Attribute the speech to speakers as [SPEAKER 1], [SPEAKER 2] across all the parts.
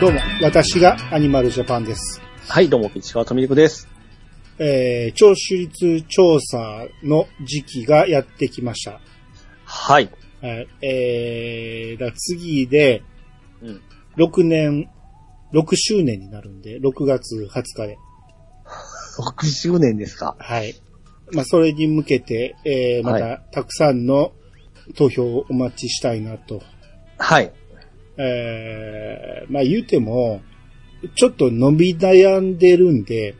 [SPEAKER 1] どうも、私がアニマルジャパンです。
[SPEAKER 2] はい、どうも、市川富美子です。
[SPEAKER 1] えー、聴取率調査の時期がやってきました。
[SPEAKER 2] はい。
[SPEAKER 1] はい。えー、だから次で、
[SPEAKER 2] うん
[SPEAKER 1] 6年、6周年になるんで、6月20日で。
[SPEAKER 2] 6周年ですか
[SPEAKER 1] はい。まあ、それに向けて、えー、ま
[SPEAKER 2] は
[SPEAKER 1] た、たくさんの投票をお待ちしたいなと。
[SPEAKER 2] はい。
[SPEAKER 1] えー、まあ、言うても、ちょっと伸び悩んでるんで、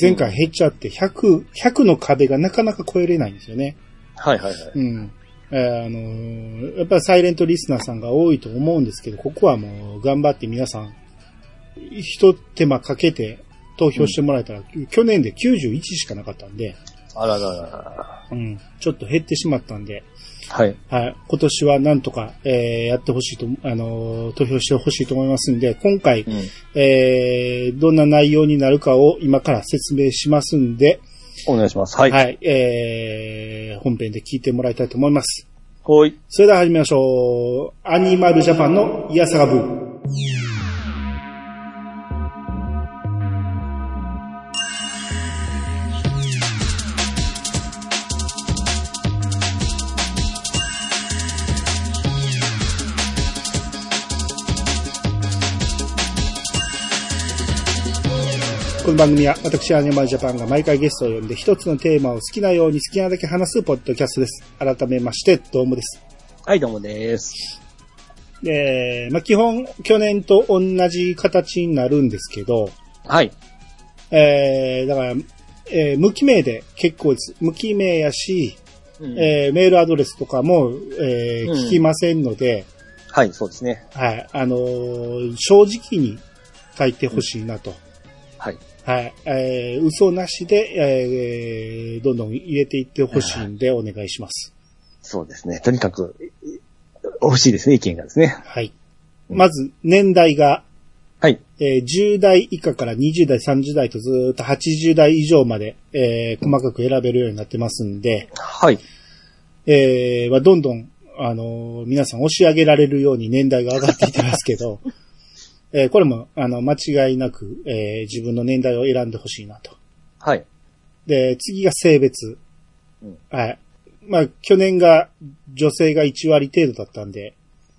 [SPEAKER 1] 前回減っちゃって100、100の壁がなかなか超えれないんですよね。
[SPEAKER 2] はいはいはい。
[SPEAKER 1] うん。えーあのーやっぱりサイレントリスナーさんが多いと思うんですけど、ここはもう頑張って皆さん、一手間かけて投票してもらえたら、去年で91しかなかったんで、
[SPEAKER 2] あらららら。
[SPEAKER 1] うん、ちょっと減ってしまったんで、
[SPEAKER 2] はい。
[SPEAKER 1] はい。今年はなんとか、えーやってほしいと、あのー投票してほしいと思いますんで、今回、
[SPEAKER 2] うん。
[SPEAKER 1] えーどんな内容になるかを今から説明しますんで、
[SPEAKER 2] お願いします。はい。
[SPEAKER 1] はい、えー本編で聞いてもらいたいと思います。
[SPEAKER 2] ほい。
[SPEAKER 1] それでは始めましょう。アニマルジャパンのイヤサガブー。この番組は私アニマルジャパンが毎回ゲストを呼んで一つのテーマを好きなように好きなだけ話すポッドキャストです。改めまして、どうもです。
[SPEAKER 2] はい、どうもです。
[SPEAKER 1] えーまあ、基本、去年と同じ形になるんですけど、
[SPEAKER 2] はい。
[SPEAKER 1] えーだから、えー無記名で結構です。無記名やし、
[SPEAKER 2] うん
[SPEAKER 1] えーメールアドレスとかも、えー
[SPEAKER 2] うん
[SPEAKER 1] 聞きませんので、
[SPEAKER 2] はい、そうですね。
[SPEAKER 1] はい、あのー正直に書いてほしいなと。
[SPEAKER 2] はい。
[SPEAKER 1] はい、えー嘘なしで、えーどんどん入れていってほしいんで、お願いします。
[SPEAKER 2] そうですね。とにかく、欲しいですね、意見がですね。
[SPEAKER 1] はい。まず、年代が、
[SPEAKER 2] はい。
[SPEAKER 1] えー10代以下から20代、30代とずーっと80代以上まで、えー細かく選べるようになってますんで、
[SPEAKER 2] はい。
[SPEAKER 1] えーまあどんどん、あのー皆さん押し上げられるように年代が上がっていってますけど、 えーこれも、あの、間違いなく、えー自分の年代を選んでほしいなと。
[SPEAKER 2] はい。
[SPEAKER 1] で、次が性別
[SPEAKER 2] うん。
[SPEAKER 1] はい。まあ、去年が女性が1割程度だったんで、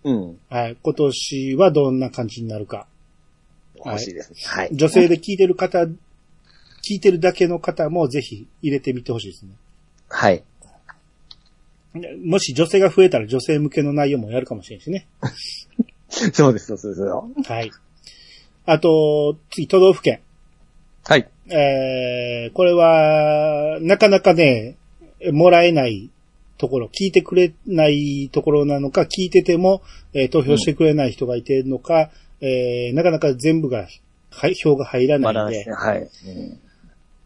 [SPEAKER 2] うん。
[SPEAKER 1] はい。今年はどんな感じになるか。
[SPEAKER 2] 欲しいですね。はい。
[SPEAKER 1] 女性で聞いてる方、聞いてるだけの方もぜひ入れてみてほしいですね。
[SPEAKER 2] はい。
[SPEAKER 1] もし女性が増えたら女性向けの内容もやるかもしれないしね。
[SPEAKER 2] そうです、そうです。そうです
[SPEAKER 1] はい。あと、次、都道府県。
[SPEAKER 2] はい。
[SPEAKER 1] えー、これは、なかなかね、もらえないところ、聞いてくれないところなのか、聞いてても、えー投票してくれない人がいてるのか、えー、なかなか全部が、はい、票が入らな
[SPEAKER 2] ま
[SPEAKER 1] いん
[SPEAKER 2] だ
[SPEAKER 1] で。
[SPEAKER 2] ですね。はい。うん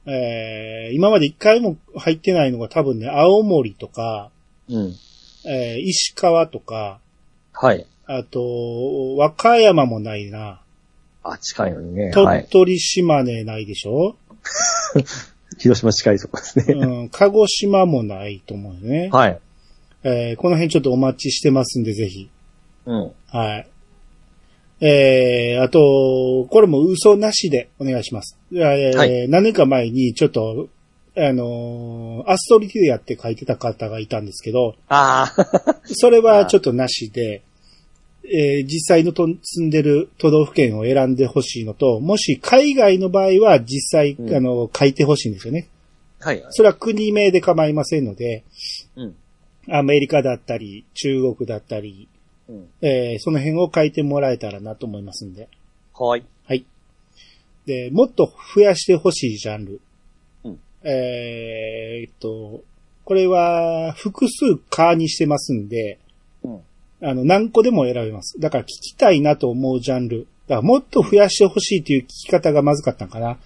[SPEAKER 1] えー今まで一回も入ってないのが多分ね、青森とか、
[SPEAKER 2] うん。
[SPEAKER 1] えー石川とか、
[SPEAKER 2] はい。
[SPEAKER 1] あと、和歌山もないな。
[SPEAKER 2] あ、近いのにね。は
[SPEAKER 1] 鳥
[SPEAKER 2] い。
[SPEAKER 1] 取、島根ないでしょ、
[SPEAKER 2] 広島近いとこですね。
[SPEAKER 1] うん、鹿児島もないと思うよね。
[SPEAKER 2] はい。
[SPEAKER 1] えーこの辺ちょっとお待ちしてますんで、ぜひ。
[SPEAKER 2] うん。
[SPEAKER 1] はい。えー、あと、これも嘘なしでお願いします。えー
[SPEAKER 2] は
[SPEAKER 1] 何年か前にちょっと、あのーアストリティアって書いてた方がいたんですけど、
[SPEAKER 2] ああ。
[SPEAKER 1] それはちょっとなしで、えー実際のと住んでる都道府県を選んでほしいのと、もし海外の場合は実際、
[SPEAKER 2] うん
[SPEAKER 1] あの、書いてほしいんですよね。
[SPEAKER 2] はい。
[SPEAKER 1] それは国名で構いませんので、
[SPEAKER 2] うん。
[SPEAKER 1] アメリカだったり、中国だったり、
[SPEAKER 2] うん。
[SPEAKER 1] えーその辺を書いてもらえたらなと思いますんで。
[SPEAKER 2] はい。
[SPEAKER 1] はい。で、もっと増やしてほしいジャンル。
[SPEAKER 2] うん
[SPEAKER 1] えーっと、これは複数化にしてますんで、
[SPEAKER 2] うん。
[SPEAKER 1] あの、何個でも選べます。だから聞きたいなと思うジャンル。だからもっと増やしてほしいという聞き方がまずかったんかな。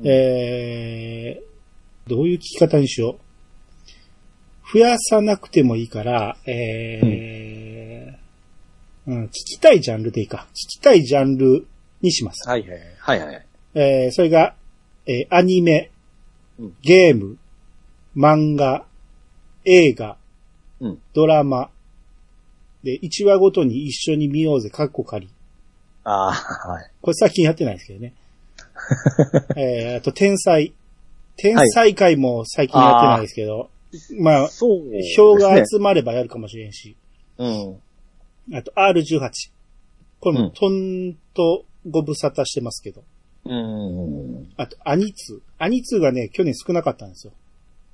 [SPEAKER 2] うん
[SPEAKER 1] えー、どういう聞き方にしよう。増やさなくてもいいから、えー、うん、聞きたいジャンルでいいか。聞きたいジャンルにします。
[SPEAKER 2] はいはい。はいはい。
[SPEAKER 1] えー、それが、えー、アニメ
[SPEAKER 2] うん、
[SPEAKER 1] ゲーム、漫画、映画、
[SPEAKER 2] うん。
[SPEAKER 1] ドラマ。で、1話ごとに一緒に見ようぜ、カッコ仮。
[SPEAKER 2] ああ、はい。
[SPEAKER 1] これ最近やってないですけ どね。えー、あと、天才。天才会も最近やってないですけど。まあ、
[SPEAKER 2] そう、
[SPEAKER 1] 票が集まればやるかもしれんし。
[SPEAKER 2] うん。
[SPEAKER 1] あと、R18。これ
[SPEAKER 2] う
[SPEAKER 1] も、
[SPEAKER 2] ん
[SPEAKER 1] とんとご無沙汰してますけど。
[SPEAKER 2] うん。
[SPEAKER 1] あと、アニツー。アニツーがね、去年少なかったんですよ。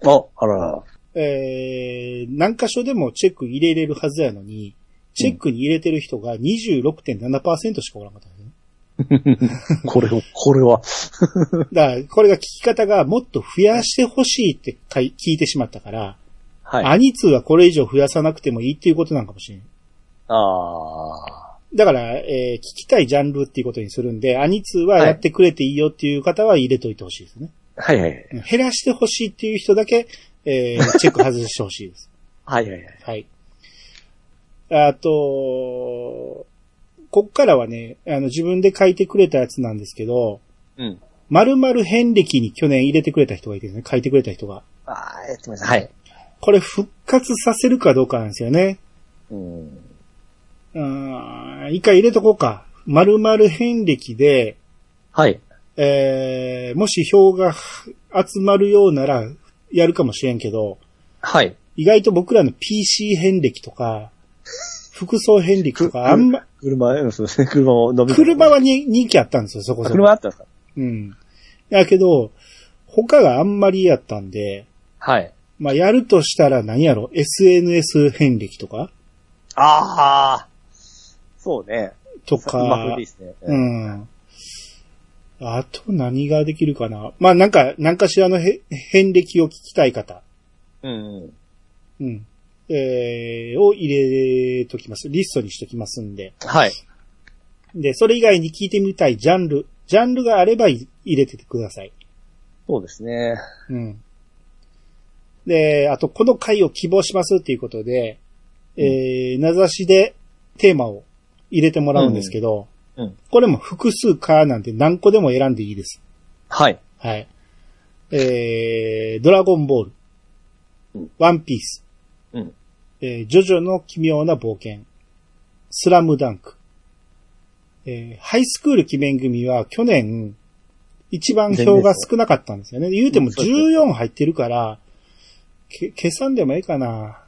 [SPEAKER 2] あ、あら。
[SPEAKER 1] えー、何箇所でもチェック入れれるはずやのに、チェックに入れてる人が26.7%しかおらんかったんですね。
[SPEAKER 2] これを、 これは。
[SPEAKER 1] だから、これが聞き方がもっと増やしてほしいってかい聞いてしまったから、
[SPEAKER 2] はい。
[SPEAKER 1] アニツーはこれ以上増やさなくてもいいっていうことなんかもしれん。
[SPEAKER 2] ああ。
[SPEAKER 1] だから、えー聞きたいジャンルっていうことにするんで、アニツーはやってくれていいよっていう方は入れといてほしいですね。
[SPEAKER 2] はいはい。
[SPEAKER 1] 減らしてほしいっていう人だけ、えーチェック外してほしいです。
[SPEAKER 2] はいはいはい。
[SPEAKER 1] はい。あと、こっからはね、あの自分で書いてくれたやつなんですけど、
[SPEAKER 2] うん。
[SPEAKER 1] 〇〇遍歴に去年入れてくれた人がいてね、書いてくれた人が。
[SPEAKER 2] ああ、やってました。はい。
[SPEAKER 1] これ復活させるかどうかなんですよね。
[SPEAKER 2] うん。
[SPEAKER 1] うーん、一回入れとこうか。〇〇遍歴で、
[SPEAKER 2] はい。
[SPEAKER 1] えー、もし票が集まるようなら、やるかもしれんけど、
[SPEAKER 2] はい。
[SPEAKER 1] 意外と僕らの PC 遍歴とか、服装遍歴とか、あんま、
[SPEAKER 2] 車、うんそうですね。車を伸び
[SPEAKER 1] 車はに人気あったんですよ、そこそこ。
[SPEAKER 2] 車あったんですか
[SPEAKER 1] うん。やけど、他があんまりやったんで、
[SPEAKER 2] はい。
[SPEAKER 1] まあ、やるとしたら何やろ ?SNS 遍歴とか
[SPEAKER 2] ああ。そうね。
[SPEAKER 1] と
[SPEAKER 2] うまく
[SPEAKER 1] か
[SPEAKER 2] いいで、すね。
[SPEAKER 1] う
[SPEAKER 2] うん
[SPEAKER 1] ん。あと何ができるかなまあ、なんか、なんかしらのへ遍歴を聞きたい方。
[SPEAKER 2] うん。
[SPEAKER 1] うん。えー、を入れときます。リストにしときますんで。
[SPEAKER 2] はい。
[SPEAKER 1] で、それ以外に聞いてみたいジャンル。ジャンルがあればい入れててください。
[SPEAKER 2] そうですね。
[SPEAKER 1] うん。で、あと、この回を希望しますっていうことで、えー、名指しでテーマを入れてもらうんですけど、
[SPEAKER 2] うんうん
[SPEAKER 1] これも複数かなんて何個でも選んでいいです。
[SPEAKER 2] はい。
[SPEAKER 1] はい。えー、ドラゴンボール、
[SPEAKER 2] うん
[SPEAKER 1] ワンピース、
[SPEAKER 2] うん。
[SPEAKER 1] えージョジョの奇妙な冒険、スラムダンク。えーハイスクール記念組は去年、一番票が少なかったんですよね。言うても
[SPEAKER 2] うんそうです
[SPEAKER 1] 14入ってるから、け、計算でもいいかな。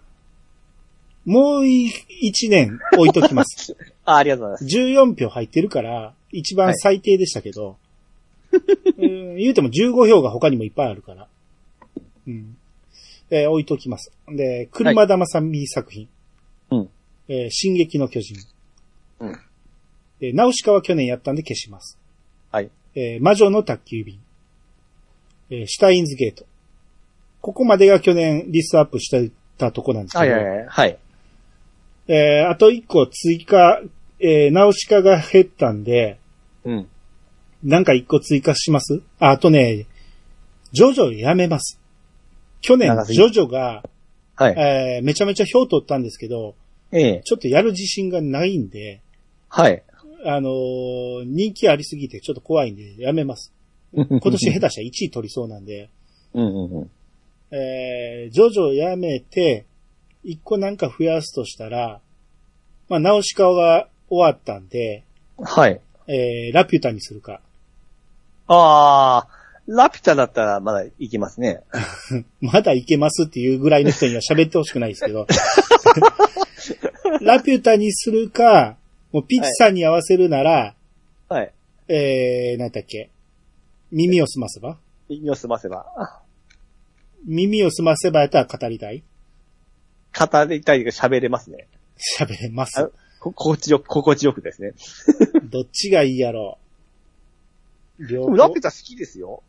[SPEAKER 1] もうい一年置いときます。
[SPEAKER 2] あありがとうございます。
[SPEAKER 1] 14票入ってるから、一番最低でしたけど、 うん言うても15票が他にもいっぱいあるから。うん。えー置いときます。で、車玉さん B 作品。
[SPEAKER 2] うん。
[SPEAKER 1] えー進撃の巨人。
[SPEAKER 2] うん。
[SPEAKER 1] えーナウシカは去年やったんで消します。
[SPEAKER 2] はい。
[SPEAKER 1] えー魔女の宅急便。えーシュタインズゲート。ここまでが去年リストアップしてたとこなんですけど、
[SPEAKER 2] はいはいはい。はい。
[SPEAKER 1] えーあと一個追加、えーナウシカが減ったんで、
[SPEAKER 2] うん。
[SPEAKER 1] なんか一個追加しますあ、あとね、ジョジョやめます。去年
[SPEAKER 2] 長、すぎ
[SPEAKER 1] ジョジョが、
[SPEAKER 2] はい。
[SPEAKER 1] えーめちゃめちゃ票取ったんですけど、
[SPEAKER 2] ええ。
[SPEAKER 1] ちょっとやる自信がないんで、
[SPEAKER 2] はい。
[SPEAKER 1] あのー人気ありすぎてちょっと怖いんで、やめ ます。
[SPEAKER 2] 今
[SPEAKER 1] 今年下手したら1位取りそうなんで、
[SPEAKER 2] うんうんうん。
[SPEAKER 1] えー、ジョジョやめて、一個なんか増やすとしたら、まあ、ナオシカが終わったんで、
[SPEAKER 2] はい。
[SPEAKER 1] えー、ラピュタにするか。
[SPEAKER 2] ああ、ラピュタだったらまだ行きますね。
[SPEAKER 1] まだいけますっていうぐらいの人には喋ってほしくないです けど。ラピュタにするか、もうピッツァに合わせるなら、
[SPEAKER 2] はい。
[SPEAKER 1] えー、なんだっけ。耳をすませば
[SPEAKER 2] 耳を澄ませば。
[SPEAKER 1] 耳をすませばやったら語りたい
[SPEAKER 2] 語りたいけど喋れますね。
[SPEAKER 1] 喋れま
[SPEAKER 2] あ
[SPEAKER 1] す。
[SPEAKER 2] こ心地よく、心地よくですね。
[SPEAKER 1] どっちがいいやろう。両
[SPEAKER 2] でもラピュタ好きですよ。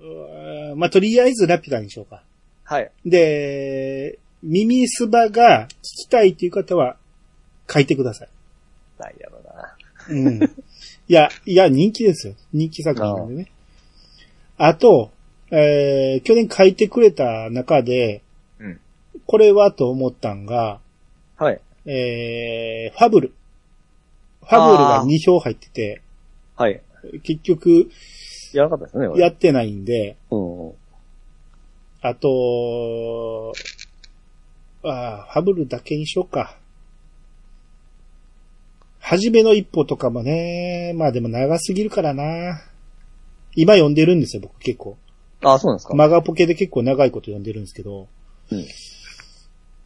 [SPEAKER 1] うーんまあ、とりあえずラピュタにしようか。
[SPEAKER 2] はい。
[SPEAKER 1] で、耳すばが聞きたいという方は書いてください。
[SPEAKER 2] ないやろうな。
[SPEAKER 1] うん。いや、いや、人気ですよ。人気作品なんでね。あと、えー、去年書いてくれた中で、
[SPEAKER 2] うん
[SPEAKER 1] これはと思ったんが、
[SPEAKER 2] はい。
[SPEAKER 1] えー、ファブル。ファブルが2票入ってて、
[SPEAKER 2] はい。
[SPEAKER 1] 結局
[SPEAKER 2] やらなかったですね、俺
[SPEAKER 1] やってないんで、
[SPEAKER 2] うん。は
[SPEAKER 1] あと、あーファブルだけにしようか。初めの一歩とかもね、まあでも長すぎるからな。今読んでるんですよ、僕結構。
[SPEAKER 2] あ、そうなんですか。
[SPEAKER 1] マガポケで結構長いこと読んでるんですけど。
[SPEAKER 2] うん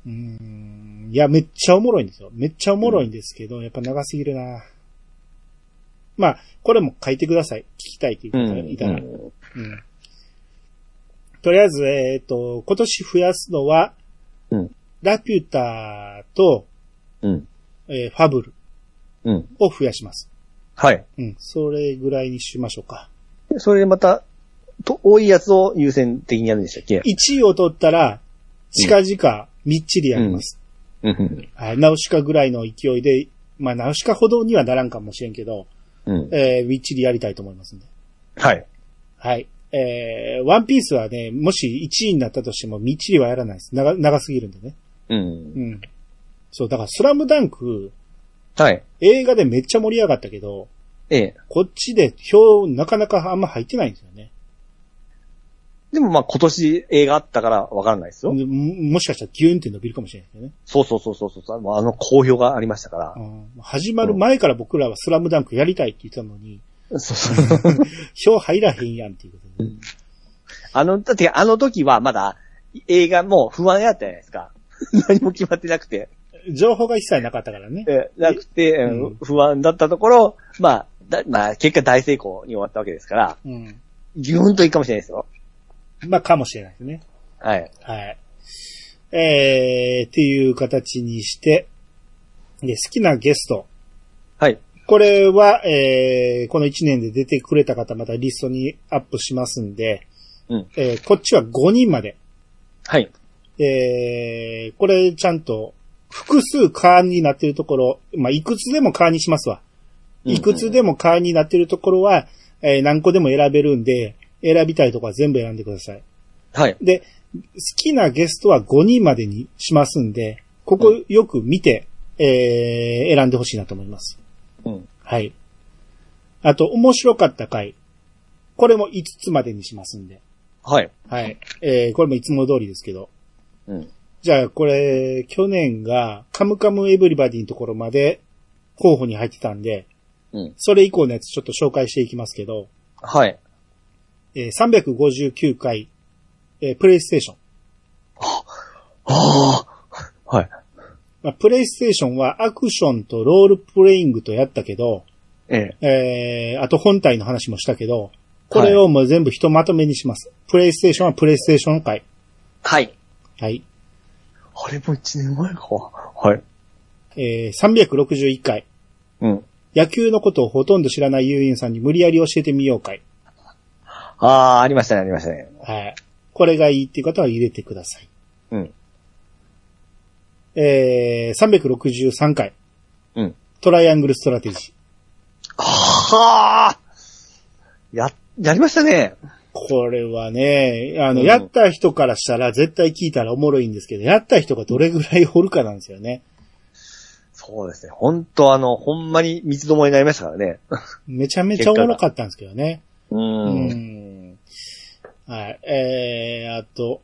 [SPEAKER 1] うーん。いや、めっちゃおもろいんですよ。めっちゃおもろいんですけど、やっぱ長すぎるな。まあ、これも書いてください。聞きたいっていう
[SPEAKER 2] う
[SPEAKER 1] 方が
[SPEAKER 2] ん。
[SPEAKER 1] いたら。
[SPEAKER 2] うん
[SPEAKER 1] うんとりあえず、えっ、と、今年増やすのは、
[SPEAKER 2] うん
[SPEAKER 1] ラピュタと、
[SPEAKER 2] うん。
[SPEAKER 1] えーファブル
[SPEAKER 2] うん。
[SPEAKER 1] を増やします。
[SPEAKER 2] はい。
[SPEAKER 1] うん。それぐらいにしましょうか。
[SPEAKER 2] それでまた、と、多いやつを優先的にやるんでしたっけ
[SPEAKER 1] 1位を取ったら、近々、みっちりやります。
[SPEAKER 2] うん。
[SPEAKER 1] はい。ナウシカぐらいの勢いで、まあ、ナウシカほどにはならんかもしれんけど、
[SPEAKER 2] うん。
[SPEAKER 1] えー、みっちりやりたいと思いますんで。
[SPEAKER 2] はい。
[SPEAKER 1] はい。えー、ワンピースはね、もし1位になったとしても、みっちりはやらないです。長、長すぎるんでね。
[SPEAKER 2] うん
[SPEAKER 1] う。ん。そう、だからスラムダンク、
[SPEAKER 2] はい。
[SPEAKER 1] 映画でめっちゃ盛り上がったけど、
[SPEAKER 2] ええ。
[SPEAKER 1] こっちで票なかなかあんま入ってないんですよね。
[SPEAKER 2] でもまあ今年映画あったからわからないですよ。
[SPEAKER 1] ももしかしたらギュンって伸びるかもしれないですよね。
[SPEAKER 2] そうそうそうそうそう。あの好評がありましたから。
[SPEAKER 1] うん始まる前から僕らはスラムダンクやりたいって言ってたのに、
[SPEAKER 2] そうそう。
[SPEAKER 1] 票入らへんやんっていうことで。
[SPEAKER 2] あの、だってあの時はまだ映画も不安やったじゃないですか。 何も決まってなくて。
[SPEAKER 1] 情報が一切なかったからね。
[SPEAKER 2] えなくて、うん
[SPEAKER 1] うん
[SPEAKER 2] 不安だったところ、まあ、だまあ、結果大成功に終わったわけですから、
[SPEAKER 1] うん。
[SPEAKER 2] ギューンといくかもしれないですよ。
[SPEAKER 1] まあ、かもしれないですね。
[SPEAKER 2] はい。
[SPEAKER 1] はい。えー、っていう形にして、で、好きなゲスト。
[SPEAKER 2] はい。
[SPEAKER 1] これは、えー、この1年で出てくれた方、またリストにアップしますんで、
[SPEAKER 2] うん
[SPEAKER 1] えーこっちは5人まで。
[SPEAKER 2] はい。
[SPEAKER 1] えー、これちゃんと、複数カーになってるところ、まあ、いくつでもカーにしますわ。いくつでもカーになってるところは、えー何個でも選べるんで、選びたいとこは全部選んでください。
[SPEAKER 2] はい。
[SPEAKER 1] で、好きなゲストは5人までにしますんで、ここよく見て、えー、選んでほしいなと思います。
[SPEAKER 2] うん。
[SPEAKER 1] はい。あと、面白かった回。これも5つまでにしますんで。
[SPEAKER 2] はい。
[SPEAKER 1] はい。えー、これもいつも通りですけど。
[SPEAKER 2] うん。
[SPEAKER 1] じゃあ、これ、去年が、カムカムエブリバディのところまで候補に入ってたんで、
[SPEAKER 2] うん。
[SPEAKER 1] それ以降のやつちょっと紹介していきますけど、
[SPEAKER 2] はい。
[SPEAKER 1] えー、359回、えー、プレイステーション。
[SPEAKER 2] ああ。はい。
[SPEAKER 1] まあ、プレイステーションはアクションとロールプレイングとやったけど、
[SPEAKER 2] ええ。
[SPEAKER 1] えー、あと本体の話もしたけど、これをもう全部ひとまとめにします。プレイステーションはプレイステーション回。
[SPEAKER 2] はい。
[SPEAKER 1] はい。
[SPEAKER 2] あれも1年前か。はい。
[SPEAKER 1] えー、361回。
[SPEAKER 2] うん。
[SPEAKER 1] 野球のことをほとんど知らないユーインさんに無理やり教えてみよう会。
[SPEAKER 2] ああ、ありましたね、ありましたね。
[SPEAKER 1] はい。これがいいっていう方は入れてください。
[SPEAKER 2] うん。
[SPEAKER 1] えー、363回。
[SPEAKER 2] うん。
[SPEAKER 1] トライアングルストラテジー。
[SPEAKER 2] はあや、やりましたね。
[SPEAKER 1] これはね、あの、
[SPEAKER 2] うん
[SPEAKER 1] やった人からしたら絶対聞いたらおもろいんですけど、やった人がどれぐらい掘るかなんですよね。
[SPEAKER 2] そうですね。本当あの、ほんまに三つどもえになりましたからね。
[SPEAKER 1] めちゃめちゃおもろかったんですけどね。
[SPEAKER 2] う
[SPEAKER 1] う。んはい。えー、あと、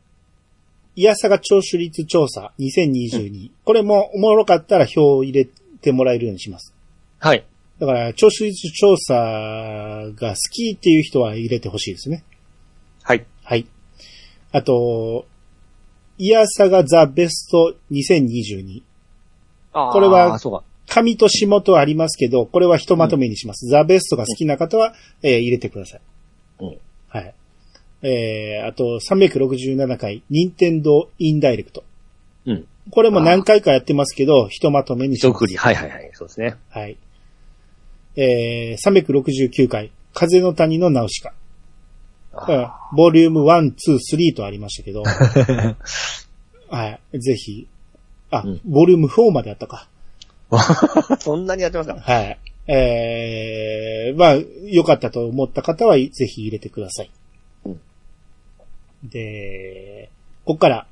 [SPEAKER 1] いやさが聴取率調査2022。これもおもろかったら票を入れてもらえるようにします。
[SPEAKER 2] はい。
[SPEAKER 1] だから、聴取率調査が好きっていう人は入れてほしいですね。
[SPEAKER 2] はい。
[SPEAKER 1] はい。あと、いやさがザ・ベスト2022。
[SPEAKER 2] あー
[SPEAKER 1] これは
[SPEAKER 2] そうか。
[SPEAKER 1] 上と下とありますけど、これはひとまとめにします。ザ・ベストが好きな方は、えー入れてください。
[SPEAKER 2] うん
[SPEAKER 1] はい。えー、あと、367回、任天堂インダイレクト。
[SPEAKER 2] うん。
[SPEAKER 1] これも何回かやってますけど、ひとまとめにし
[SPEAKER 2] 一
[SPEAKER 1] ます。
[SPEAKER 2] くり。はいはいはい。そうですね。
[SPEAKER 1] はい。えー、369回、風の谷のナウシカ。うん
[SPEAKER 2] あ
[SPEAKER 1] ボリューム1、2、3とありましたけ ど、
[SPEAKER 2] ー
[SPEAKER 1] はい。ぜひ、あ、
[SPEAKER 2] うん
[SPEAKER 1] ボリューム4まであったか。
[SPEAKER 2] そんなにやってますか
[SPEAKER 1] はい。えー、まあ、良かったと思った方は、ぜひ入れてください。
[SPEAKER 2] うん
[SPEAKER 1] で、ここから、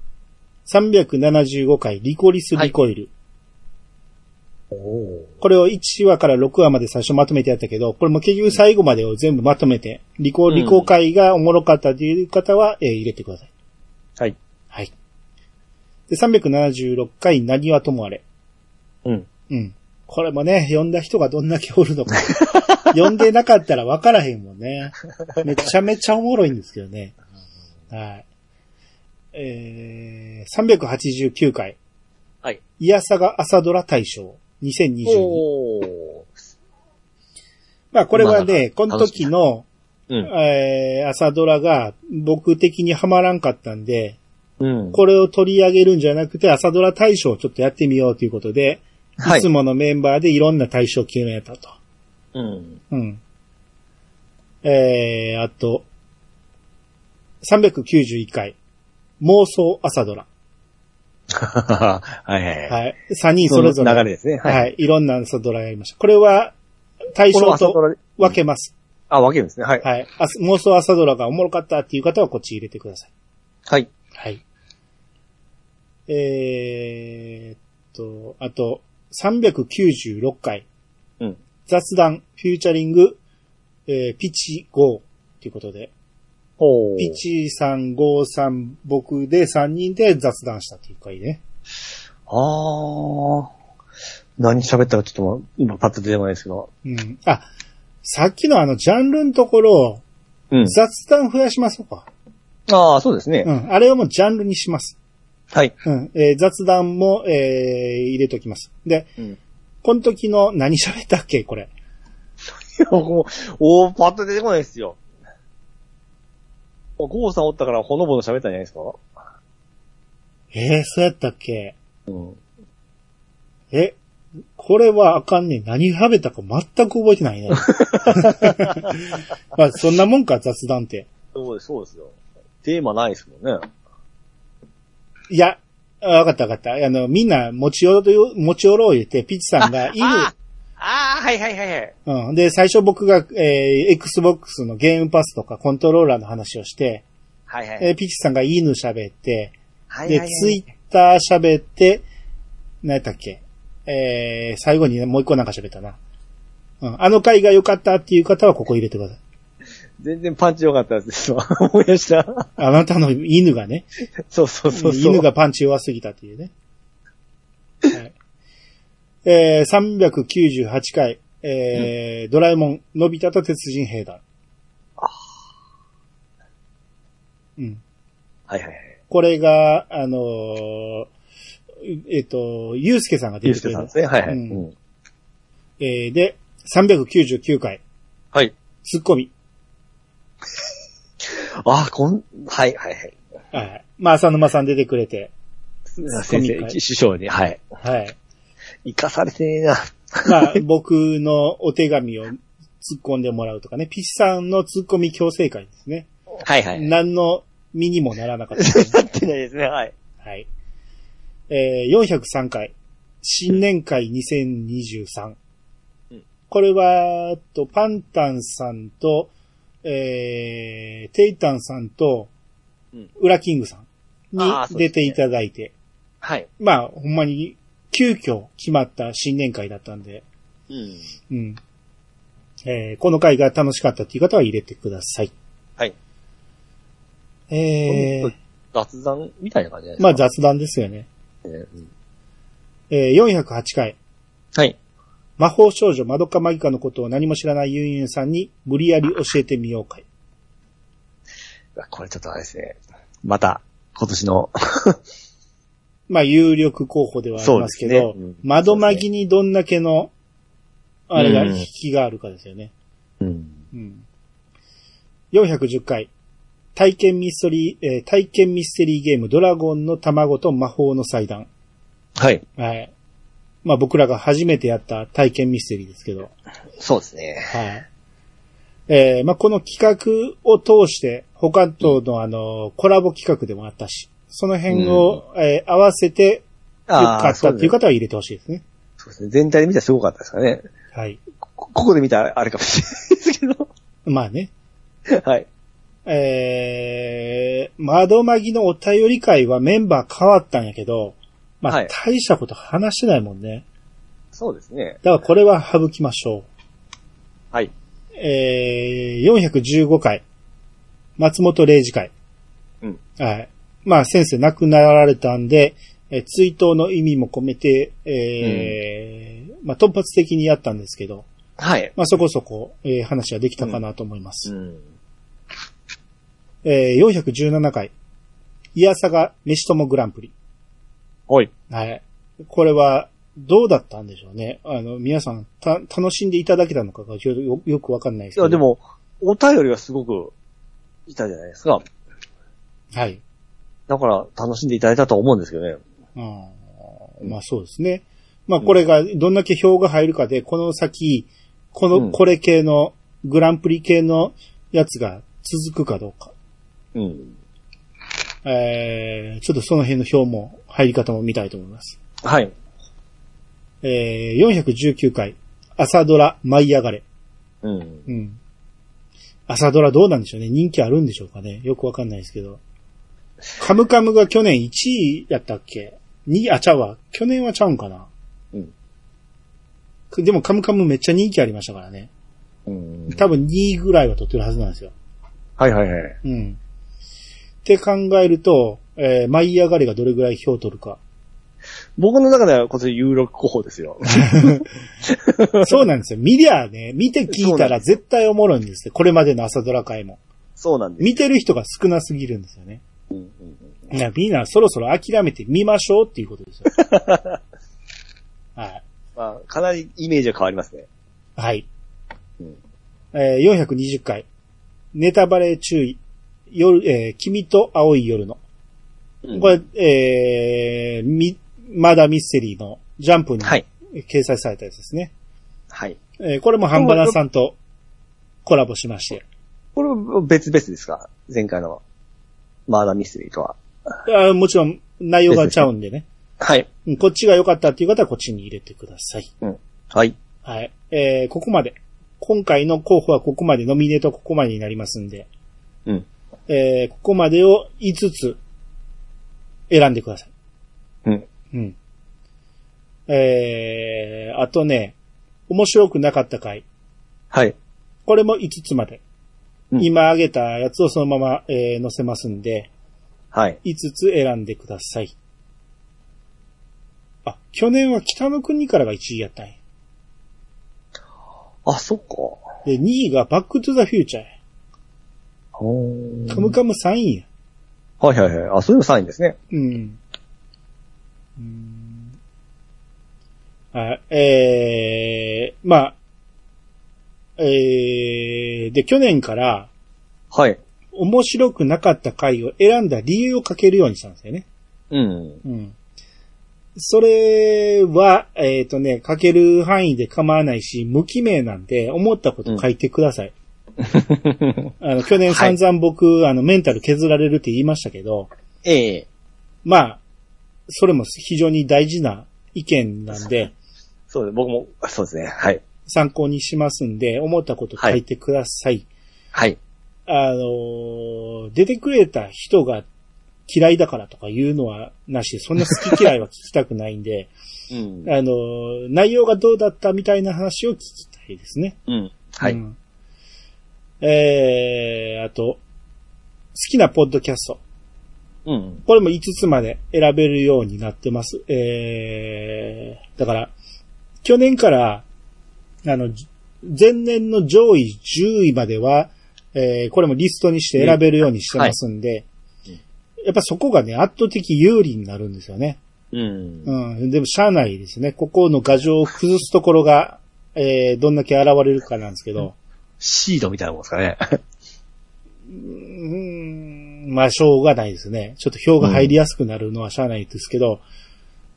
[SPEAKER 1] 375回、リコリス・リコイル。
[SPEAKER 2] おお。
[SPEAKER 1] これを1話から6話まで最初まとめてやったけど、これも結局最後までを全部まとめて、リコ、
[SPEAKER 2] うん
[SPEAKER 1] リコ会がおもろかったという方は、えー入れてください。
[SPEAKER 2] はい。
[SPEAKER 1] はい。で、376回、何はともあれ。
[SPEAKER 2] うん。
[SPEAKER 1] うん。これもね、呼んだ人がどんだけおるの か。呼んでなかったら分からへんもんね。めちゃめちゃおもろいんですけどね。はい。えー、389回。
[SPEAKER 2] はい。
[SPEAKER 1] いやさが朝ドラ大賞2022。
[SPEAKER 2] おー。
[SPEAKER 1] まあこれは
[SPEAKER 2] まあ
[SPEAKER 1] ね、この時の、
[SPEAKER 2] うん。
[SPEAKER 1] えー、朝ドラが僕的にはまらんかったんで、
[SPEAKER 2] うん。
[SPEAKER 1] これを取り上げるんじゃなくて朝ドラ大賞をちょっとやってみようということで、、
[SPEAKER 2] はい
[SPEAKER 1] つ
[SPEAKER 2] い。
[SPEAKER 1] ものメンバーでいろんな大賞を決めたと。
[SPEAKER 2] うん。
[SPEAKER 1] うん。えー、あと、391回、妄想朝ドラ。
[SPEAKER 2] はいはいはい。
[SPEAKER 1] はい。3人それぞれ。
[SPEAKER 2] の流れですね。
[SPEAKER 1] はい、
[SPEAKER 2] はい。
[SPEAKER 1] い。ろんな朝ドラやりました。これは、対
[SPEAKER 2] この
[SPEAKER 1] 象
[SPEAKER 2] 朝ド
[SPEAKER 1] と
[SPEAKER 2] ラで
[SPEAKER 1] 分けます。
[SPEAKER 2] あ、分けるんですね。はい。
[SPEAKER 1] はい。あ妄想朝ドラがおもろかったっていう方はこっち入れてください。
[SPEAKER 2] はい。
[SPEAKER 1] はい。えー、っと、あと、396回、
[SPEAKER 2] うん。
[SPEAKER 1] 雑談、フューチャリング、えーピチ5ということで、
[SPEAKER 2] ほう。
[SPEAKER 1] ピチさん、ゴーさん、僕で3人で雑談したっていう回ね。
[SPEAKER 2] あー。何喋ったかちょっと今パッと出てこないですけど。
[SPEAKER 1] うん。あ、さっきのあの、ジャンルのところ、
[SPEAKER 2] うん。
[SPEAKER 1] 雑談増やしましょうか。
[SPEAKER 2] ああ、そうですね。
[SPEAKER 1] うん。あれをもうジャンルにします。
[SPEAKER 2] はい。
[SPEAKER 1] うん。えー雑談も、えー入れときます。で、
[SPEAKER 2] うん。
[SPEAKER 1] この時の何喋ったっけこれ。
[SPEAKER 2] おおパッと出てこないですよ。あゴーさんおったからほのぼの喋ったんじゃないですか
[SPEAKER 1] えー、そうやったっけ
[SPEAKER 2] うん。
[SPEAKER 1] え、これはあかんね何喋ったか全く覚えてないね。 まあ、そんなもんか、雑談って。
[SPEAKER 2] そうです、そうですよ。テーマないですもんね。
[SPEAKER 1] いや、あわかったわかった。あの、みんな持ち寄ろう、持ち寄ろう言って、ピッチさんが犬、
[SPEAKER 2] あああ、はいはいはいはい。
[SPEAKER 1] うん。で、最初僕が、えー Xbox のゲームパスとかコントローラーの話をして、
[SPEAKER 2] はいはい。
[SPEAKER 1] えーピッチさんが犬喋って、
[SPEAKER 2] はいは
[SPEAKER 1] で、
[SPEAKER 2] いはい
[SPEAKER 1] ツイッター喋って、何やったっけえー、最後にねもう一個なんか喋ったな。うん。あの回が良かったっていう方はここ入れてください。
[SPEAKER 2] 全然パンチ良かったですよ。 思い出した。
[SPEAKER 1] あなたの犬がね、
[SPEAKER 2] そうそうそうそう。
[SPEAKER 1] 犬。がパンチ弱すぎたっていうね。はい、えー、398回、えードラえもん、のび太と鉄人兵団。うん。
[SPEAKER 2] はいはいはい。
[SPEAKER 1] これが、あのーえっ、と、ゆうすけさんが
[SPEAKER 2] ゆ
[SPEAKER 1] 出
[SPEAKER 2] う
[SPEAKER 1] て
[SPEAKER 2] す
[SPEAKER 1] く
[SPEAKER 2] け
[SPEAKER 1] れ
[SPEAKER 2] さん
[SPEAKER 1] る
[SPEAKER 2] で。すね。はいはい。
[SPEAKER 1] うん
[SPEAKER 2] うん
[SPEAKER 1] えーで、399回、
[SPEAKER 2] はい。
[SPEAKER 1] ツッコミ。
[SPEAKER 2] ああ、こん、はいはいはい。
[SPEAKER 1] はい。まあ、浅沼さん出てくれて。
[SPEAKER 2] 先
[SPEAKER 1] 今
[SPEAKER 2] 生、
[SPEAKER 1] 回
[SPEAKER 2] 師匠に、はい。
[SPEAKER 1] はい。
[SPEAKER 2] 生かされてねえな。
[SPEAKER 1] まあ、僕のお手紙を突っ込んでもらうとかね。ピチさんの突っ込み強制会ですね。
[SPEAKER 2] はいはい。
[SPEAKER 1] 何の身にもならなかった ですね。
[SPEAKER 2] なってないですね。はい。
[SPEAKER 1] はい。えー、403回、新年会2023
[SPEAKER 2] うん。
[SPEAKER 1] これは、と、パンタンさんと、えー、テイタンさんと
[SPEAKER 2] うん、
[SPEAKER 1] ウラキングさんに
[SPEAKER 2] あーそうで
[SPEAKER 1] 出
[SPEAKER 2] す
[SPEAKER 1] て
[SPEAKER 2] ね
[SPEAKER 1] いただいて、
[SPEAKER 2] はい。
[SPEAKER 1] まあ、ほんまに、急遽決まった新年会だったんで、
[SPEAKER 2] うん。
[SPEAKER 1] うん。えー、この会が楽しかったっていう方は入れてください。
[SPEAKER 2] はい。
[SPEAKER 1] えー、
[SPEAKER 2] 雑談みたいな感じじゃ
[SPEAKER 1] ま
[SPEAKER 2] ない
[SPEAKER 1] あ
[SPEAKER 2] ですか。
[SPEAKER 1] 雑談ですよね。
[SPEAKER 2] まあ、うん
[SPEAKER 1] えー、408回、
[SPEAKER 2] はい。
[SPEAKER 1] 魔法少女マドカマギカのことを何も知らないユンユンさんに無理やり教えてみようかい。
[SPEAKER 2] あこれちょっとあれですね。また、今年の。
[SPEAKER 1] まあ、有力候補ではありますけ
[SPEAKER 2] そう
[SPEAKER 1] ど、
[SPEAKER 2] ですねうん
[SPEAKER 1] 窓マギにどんだけの、あれが、
[SPEAKER 2] うん
[SPEAKER 1] 引きがあるかですよね。
[SPEAKER 2] うん。
[SPEAKER 1] うん。410回、体験ミステリー、えー体験ミステリーゲームドラゴンの卵と魔法の祭壇。
[SPEAKER 2] はい。
[SPEAKER 1] はい。まあ、僕らが初めてやった体験ミステリーですけど、
[SPEAKER 2] そうですね。
[SPEAKER 1] はい。えー、まあ、この企画を通して、他とのあの、コラボ企画でもあったし、その辺を、えー合わせて良かったっていう
[SPEAKER 2] か。
[SPEAKER 1] 方は入れてほしいですね。
[SPEAKER 2] そうですね。全体で見たらすごかったですからね。
[SPEAKER 1] はい。
[SPEAKER 2] こここで見たらあれかもしれないですけど。
[SPEAKER 1] まあね。
[SPEAKER 2] はい。
[SPEAKER 1] えー、窓まぎのお便り会はメンバー変わったんやけど、ま
[SPEAKER 2] は
[SPEAKER 1] あ
[SPEAKER 2] い、
[SPEAKER 1] 大したこと話してないもんね。
[SPEAKER 2] そうですね。
[SPEAKER 1] だからこれは省きましょ
[SPEAKER 2] はい。
[SPEAKER 1] う。えー、415回。松本零士会。
[SPEAKER 2] うん。
[SPEAKER 1] はい。まあ先生亡くなられたんで、えー追悼の意味も込めて、えーまあ、突発的にやったんですけど、
[SPEAKER 2] はい。
[SPEAKER 1] まあ、そこそこ、えー話はできたかなと思います。
[SPEAKER 2] うん。
[SPEAKER 1] えー417回、イヤサガ飯友グランプリ。
[SPEAKER 2] はい。
[SPEAKER 1] はい。これは、どうだったんでしょうね。あの、皆さん、た、楽しんでいただけたのかがちょうどよよくわかんないです
[SPEAKER 2] い
[SPEAKER 1] けど。
[SPEAKER 2] や、で。も、お便りはすごく、いたじゃないですか。
[SPEAKER 1] はい。
[SPEAKER 2] だから、楽しんでいただいたと思うんですけどね。
[SPEAKER 1] うん。まあそうですね。まあこれが、どんだけ票が入るかで、この先、この、
[SPEAKER 2] うん
[SPEAKER 1] これ系の、グランプリ系のやつが続くかどうか。
[SPEAKER 2] うん。
[SPEAKER 1] えー、ちょっとその辺の票も、入り方も見たいと思います。
[SPEAKER 2] はい。
[SPEAKER 1] えー、419回、朝ドラ、舞い上がれ。
[SPEAKER 2] うん。
[SPEAKER 1] うん。朝ドラどうなんでしょうね人気あるんでしょうかねよくわかんないですけど。カムカムが去年1位やったっけ ?2 あ、ちゃうわ。去年はちゃうんかな
[SPEAKER 2] うん。
[SPEAKER 1] でもカムカムめっちゃ人気ありましたからね。
[SPEAKER 2] うん。
[SPEAKER 1] 多分2位ぐらいは取ってるはずなんですよ。
[SPEAKER 2] はいはいはい。
[SPEAKER 1] うん。って考えると、えー舞い上がりがどれぐらい票を取るか。
[SPEAKER 2] 僕の中ではこれ有力候補ですよ。
[SPEAKER 1] そうなんですよ。見りゃあね、見て聞いたら絶対おもろいんですよ。これまでの朝ドラ回も。
[SPEAKER 2] そうなんです。
[SPEAKER 1] 見てる人が少なすぎるんですよね。
[SPEAKER 2] うんうん
[SPEAKER 1] いや、みんなそろそろ諦めてみましょうっていうことですよ。 はい。
[SPEAKER 2] まあ、かなりイメージは変わりますね。
[SPEAKER 1] はい。
[SPEAKER 2] うん
[SPEAKER 1] えー420回。ネタバレ注意。夜、えー君と青い夜の。
[SPEAKER 2] うん
[SPEAKER 1] これ、えーみ、まだミステリーのジャンプに
[SPEAKER 2] はい。
[SPEAKER 1] 掲載されたやつですね。
[SPEAKER 2] はい。
[SPEAKER 1] えーこれもハンバナさんとコラボしまして。
[SPEAKER 2] これは別々ですか前回のマーダーミステリーとは。
[SPEAKER 1] あーもちろん内容がちゃうんでね。
[SPEAKER 2] はい。
[SPEAKER 1] うんこっちが良かったっていう方はこっちに入れてください。
[SPEAKER 2] はい。
[SPEAKER 1] はい。えー、ここまで。今回の候補はここまで、ノミネートはここまでになりますんで、
[SPEAKER 2] うん。
[SPEAKER 1] えー、ここまでを5つ選んでください。
[SPEAKER 2] うん。
[SPEAKER 1] うん。えー、あとね、面白くなかった回。
[SPEAKER 2] はい。
[SPEAKER 1] これも5つまで。
[SPEAKER 2] うん
[SPEAKER 1] 今挙げたやつをそのまま、えー載せますんで、
[SPEAKER 2] はい。
[SPEAKER 1] 5つ選んでください。あ、去年は北の国からが1位やったんや。
[SPEAKER 2] あ、そっか。
[SPEAKER 1] で、2位がバックトゥザフューチャーや。
[SPEAKER 2] お
[SPEAKER 1] カムカム3位や。
[SPEAKER 2] はいはいはい。あ、そういうのサインですね。
[SPEAKER 1] うん。うんはい、えー、まあ、えー、で、去年から、
[SPEAKER 2] はい。
[SPEAKER 1] 面白くなかった回を選んだ理由を書けるようにしたんですよね。
[SPEAKER 2] うん。
[SPEAKER 1] うん。それは、えっ、とね、書ける範囲で構わないし、無記名なんで、思ったこと書いてください。あの、去年散々僕、あの、メンタル削られるって言いましたけど、
[SPEAKER 2] ええ
[SPEAKER 1] まあ、それも非常に大事な意見なんで、
[SPEAKER 2] そうです。僕も、そうですね。はい。
[SPEAKER 1] 参考にしますんで、思ったこと書いてください。
[SPEAKER 2] はい。
[SPEAKER 1] あのー出てくれた人が嫌いだからとかいうのはなしで、そんな好き嫌いは聞きたくないん で、
[SPEAKER 2] うん。
[SPEAKER 1] あのー内容がどうだったみたいな話を聞きたいですね。
[SPEAKER 2] うん。は
[SPEAKER 1] う
[SPEAKER 2] い。
[SPEAKER 1] んえー、あと、好きなポッドキャスト。
[SPEAKER 2] うん。
[SPEAKER 1] これも5つまで選べるようになってます。えー、だから、去年から、あの、じ前年の上位10位までは、えーこれもリストにして選べるようにしてますんで、
[SPEAKER 2] うんはい
[SPEAKER 1] やっぱそこがね、圧倒的有利になるんですよね。
[SPEAKER 2] うん
[SPEAKER 1] う。ん。でも、社内ですね。ここの牙城を崩すところが、えー、どんだけ現れるかなんですけど、
[SPEAKER 2] シードみたいなもんですかね。
[SPEAKER 1] うーんまあ、しょうがないですね。ちょっと票が入りやすくなるのはしゃあないですけど、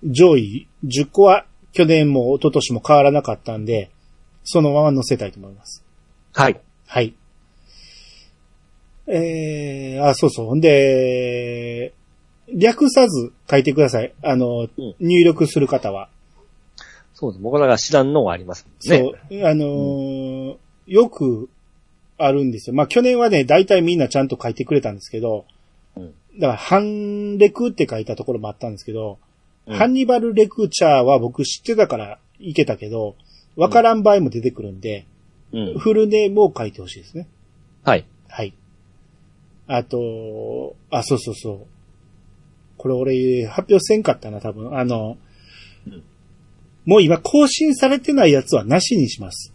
[SPEAKER 1] 上位10個は去年も一昨年も変わらなかったんで、そのまま乗せたいと思います。
[SPEAKER 2] はい。
[SPEAKER 1] はい。えー、あ、そうそう。ほんで、略さず書いてください。あの、
[SPEAKER 2] うん
[SPEAKER 1] 入力する方は。
[SPEAKER 2] そうです。僕らが知らんのがありますもんね。
[SPEAKER 1] そう。あのーよくあるんですよ。まあ、去年はね、大体みんなちゃんと書いてくれたんですけど、
[SPEAKER 2] うん
[SPEAKER 1] だから、半レクって書いたところもあったんですけど、
[SPEAKER 2] うん
[SPEAKER 1] ハンニバルレクチャーは僕知ってたからいけたけど、わからん場合も出てくるんで、
[SPEAKER 2] うん。
[SPEAKER 1] フルネームを書いてほしいですね。
[SPEAKER 2] はい。
[SPEAKER 1] はい。あと、あ、そうそうそう。これ俺、発表せんかったな、多分。あの、
[SPEAKER 2] うん
[SPEAKER 1] もう今更新されてないやつはなしにします。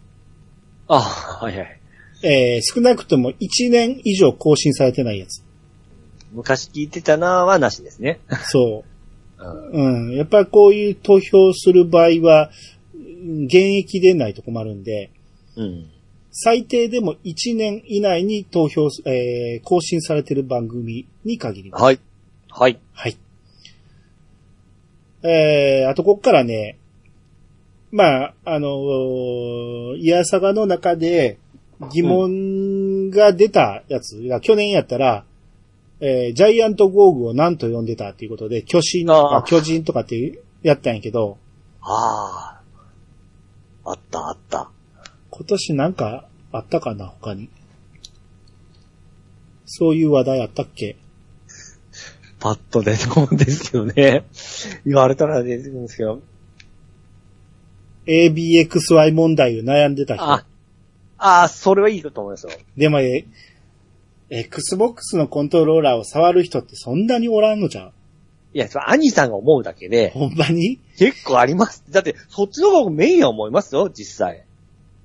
[SPEAKER 2] ああ、はいはい。
[SPEAKER 1] えー少なくとも1年以上更新されてないやつ。
[SPEAKER 2] 昔聞いてたなーはなしですね。
[SPEAKER 1] そう。
[SPEAKER 2] うん
[SPEAKER 1] うん。やっぱりこういう投票する場合は、うん現役でないと困るんで、
[SPEAKER 2] うん。
[SPEAKER 1] 最低でも1年以内に投票す、えー更新されてる番組に限ります。
[SPEAKER 2] はい。はい。
[SPEAKER 1] はい。えー、あとこっからね、まあ、あのー、イヤサガの中で疑問が出たやつが、去年やったら、えージャイアントゴーグを何と呼んでたっていうことで、巨神と
[SPEAKER 2] あ
[SPEAKER 1] か
[SPEAKER 2] ー
[SPEAKER 1] 巨人とかってやったんやけど、
[SPEAKER 2] ああ。あったあった。
[SPEAKER 1] 今年なんかあったかな、他に。そういう話題あったっけ
[SPEAKER 2] パッと出てこんですけどね。 言われたら出てくるんですけど。
[SPEAKER 1] ?ABXY 問題を悩んでた人。
[SPEAKER 2] あ、ああ、それはいいと思いますよ。
[SPEAKER 1] でも、え、Xbox のコントローラーを触る人ってそんなにおらんのじゃん。
[SPEAKER 2] いや、それ兄さんが思うだけで、
[SPEAKER 1] ほんまに
[SPEAKER 2] 結構あります。だって、そっちの方がメインや思いますよ、実際。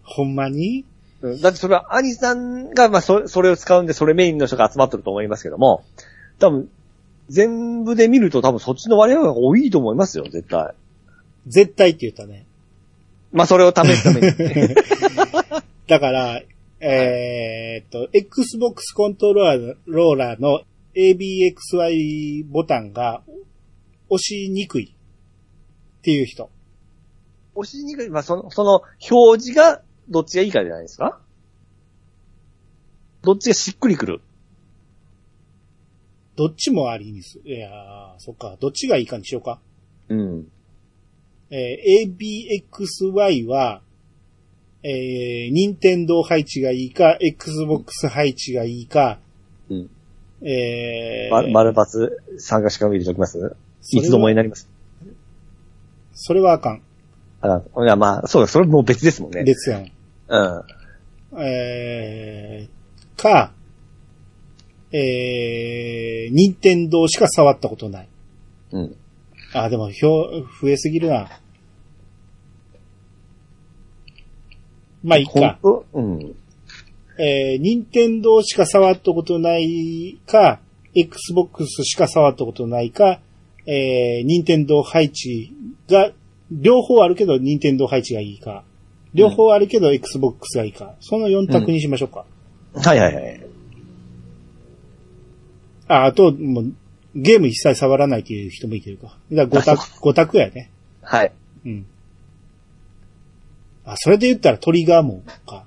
[SPEAKER 1] ほんまに
[SPEAKER 2] うんだってそれは兄さんが、まあそ、それを使うんで、それメインの人が集まってると思いますけども、多分、全部で見ると多分そっちの割合が多いと思いますよ、絶対。
[SPEAKER 1] 絶対って言ったね。
[SPEAKER 2] まあ、それを試すため に。
[SPEAKER 1] だから、えーっと、Xbox コントローラーの ABXY ボタンが押しにくいっていう人。
[SPEAKER 2] 押しにくい、まあ、その、その、表示がどっちがいいかじゃないですかどっちがしっくりくる。
[SPEAKER 1] どっちもありにす。いやー、そっか。どっちがいいかにしようか。
[SPEAKER 2] うん。
[SPEAKER 1] えー ABXY は、えー、任天堂配置がいいか、Xbox 配置がいいか、
[SPEAKER 2] うん。
[SPEAKER 1] えー、
[SPEAKER 2] ま、丸バツ参加資格見れておきます
[SPEAKER 1] それ
[SPEAKER 2] い
[SPEAKER 1] は
[SPEAKER 2] つどもになります。
[SPEAKER 1] それはあかん。
[SPEAKER 2] あいや、まあ、そうだ、それもう別ですもんね。
[SPEAKER 1] 別やん。
[SPEAKER 2] うん。
[SPEAKER 1] えー、か、えー、任天堂しか触ったことない。
[SPEAKER 2] うん。
[SPEAKER 1] あ、でも、表、増えすぎるな。まあ、いい
[SPEAKER 2] 本
[SPEAKER 1] か。
[SPEAKER 2] 当うん。
[SPEAKER 1] えー、任天堂しか触ったことないか、Xbox しか触ったことないか、えー、任天堂配置が、両方あるけど任天堂配置がいいか、両方あるけど Xbox がいいか、その4択にしましょうか。
[SPEAKER 2] はいはいはい。
[SPEAKER 1] あ、あと、もう、ゲーム一切触らないという人もいてるか。だから5
[SPEAKER 2] あ
[SPEAKER 1] 択、5択やね。
[SPEAKER 2] はい。
[SPEAKER 1] うん。あ、それで言ったらトリガーもか。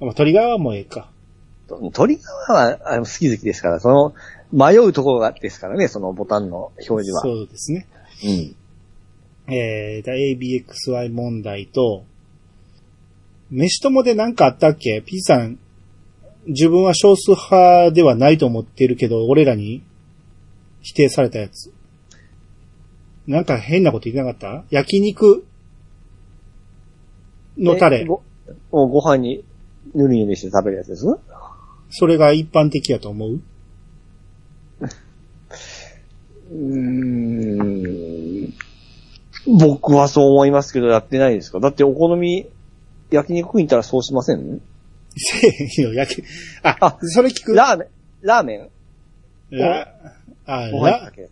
[SPEAKER 1] まあ、トリガーはもうええか。
[SPEAKER 2] トリガーはあの好き好きですから、その、迷うところがですからね、そのボタンの表示は。う。
[SPEAKER 1] そうですね。
[SPEAKER 2] ん。
[SPEAKER 1] えー、だ ABXY 問題と、飯友で何かあったっけ ?P さん、自分は少数派ではないと思ってるけど、俺らに否定されたやつ。なんか変なこと言ってなかった焼肉のタ
[SPEAKER 2] え
[SPEAKER 1] レ。
[SPEAKER 2] ごおご飯にぬるぬるして食べるやつです
[SPEAKER 1] それが一般的やと思う
[SPEAKER 2] うん。僕はそう思いますけど、やってないですかだってお好み、焼肉食いに行ったらそうしません
[SPEAKER 1] せえへんよ、焼き、あ、
[SPEAKER 2] あ
[SPEAKER 1] それ聞く
[SPEAKER 2] ラーメン、ラーメン
[SPEAKER 1] ラあ
[SPEAKER 2] ご飯にか
[SPEAKER 1] ラ
[SPEAKER 2] ける。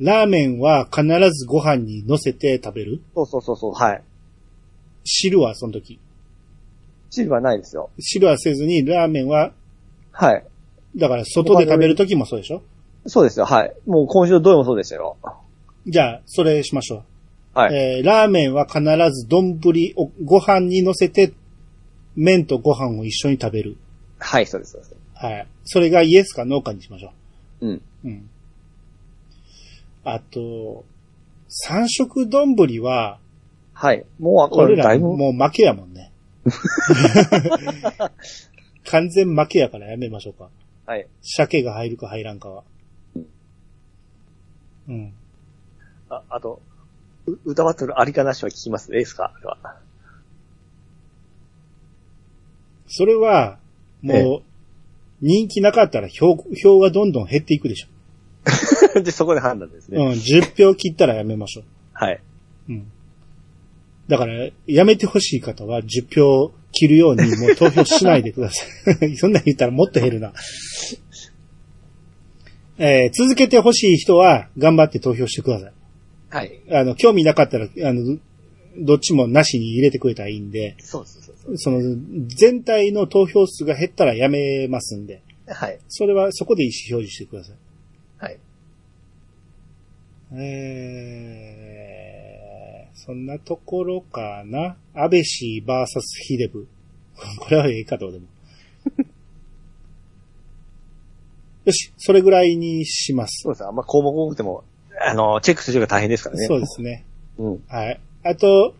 [SPEAKER 1] ラーメンは必ずご飯に乗せて食べる
[SPEAKER 2] そうそうそうそう、はい。
[SPEAKER 1] 汁はその時。
[SPEAKER 2] 汁はないですよ。
[SPEAKER 1] 汁はせずに、ラーメンは、
[SPEAKER 2] はい。
[SPEAKER 1] だから外で食べるときもそうでしょ
[SPEAKER 2] そうですよ、はい。もう今週のどれもそうでしたよ。
[SPEAKER 1] じゃあ、それしましょう。
[SPEAKER 2] はい。
[SPEAKER 1] えー、ラーメンは必ず丼をご飯に乗せて、麺とご飯を一緒に食べる。
[SPEAKER 2] はい、そうです、そうです。
[SPEAKER 1] はい。それがイエスかノーかにしましょ
[SPEAKER 2] うん。
[SPEAKER 1] う。うん。あと、三色丼は、
[SPEAKER 2] はい。もう、こ
[SPEAKER 1] 俺
[SPEAKER 2] れだ
[SPEAKER 1] ら
[SPEAKER 2] いぶ、
[SPEAKER 1] もう負けやもん ね。完全負けやからやめましょうか。
[SPEAKER 2] はい。
[SPEAKER 1] 鮭が入るか入らんかは。うん。
[SPEAKER 2] あ、あと、う歌バトルありかなしは聞きますですかでは
[SPEAKER 1] それは、もう、人気なかったら票、票がどんどん減っていくでしょ。
[SPEAKER 2] で、そこで判断ですね。
[SPEAKER 1] うん、10票切ったらやめましょ
[SPEAKER 2] はい。
[SPEAKER 1] う。うん。だから、やめてほしい方は10票切るようにもう投票しないでください。そ んなん言ったらもっと減るな。えー続けてほしい人は頑張って投票してください。
[SPEAKER 2] はい。
[SPEAKER 1] あの、興味なかったら、あの、どっちもなしに入れてくれたらいいんで、
[SPEAKER 2] そうそうそうそう。
[SPEAKER 1] その、全体の投票数が減ったらやめますんで、
[SPEAKER 2] はい。
[SPEAKER 1] それはそこで意思表示してください。
[SPEAKER 2] はい。
[SPEAKER 1] えー、そんなところかな。安倍氏 VS ヒデブ。 これはええかど うでも。よし、それぐらいにします。
[SPEAKER 2] そうです。あんま項目多くても、あの、チェックするのが大変ですからね。
[SPEAKER 1] そうですね。
[SPEAKER 2] うん。
[SPEAKER 1] はい。あと、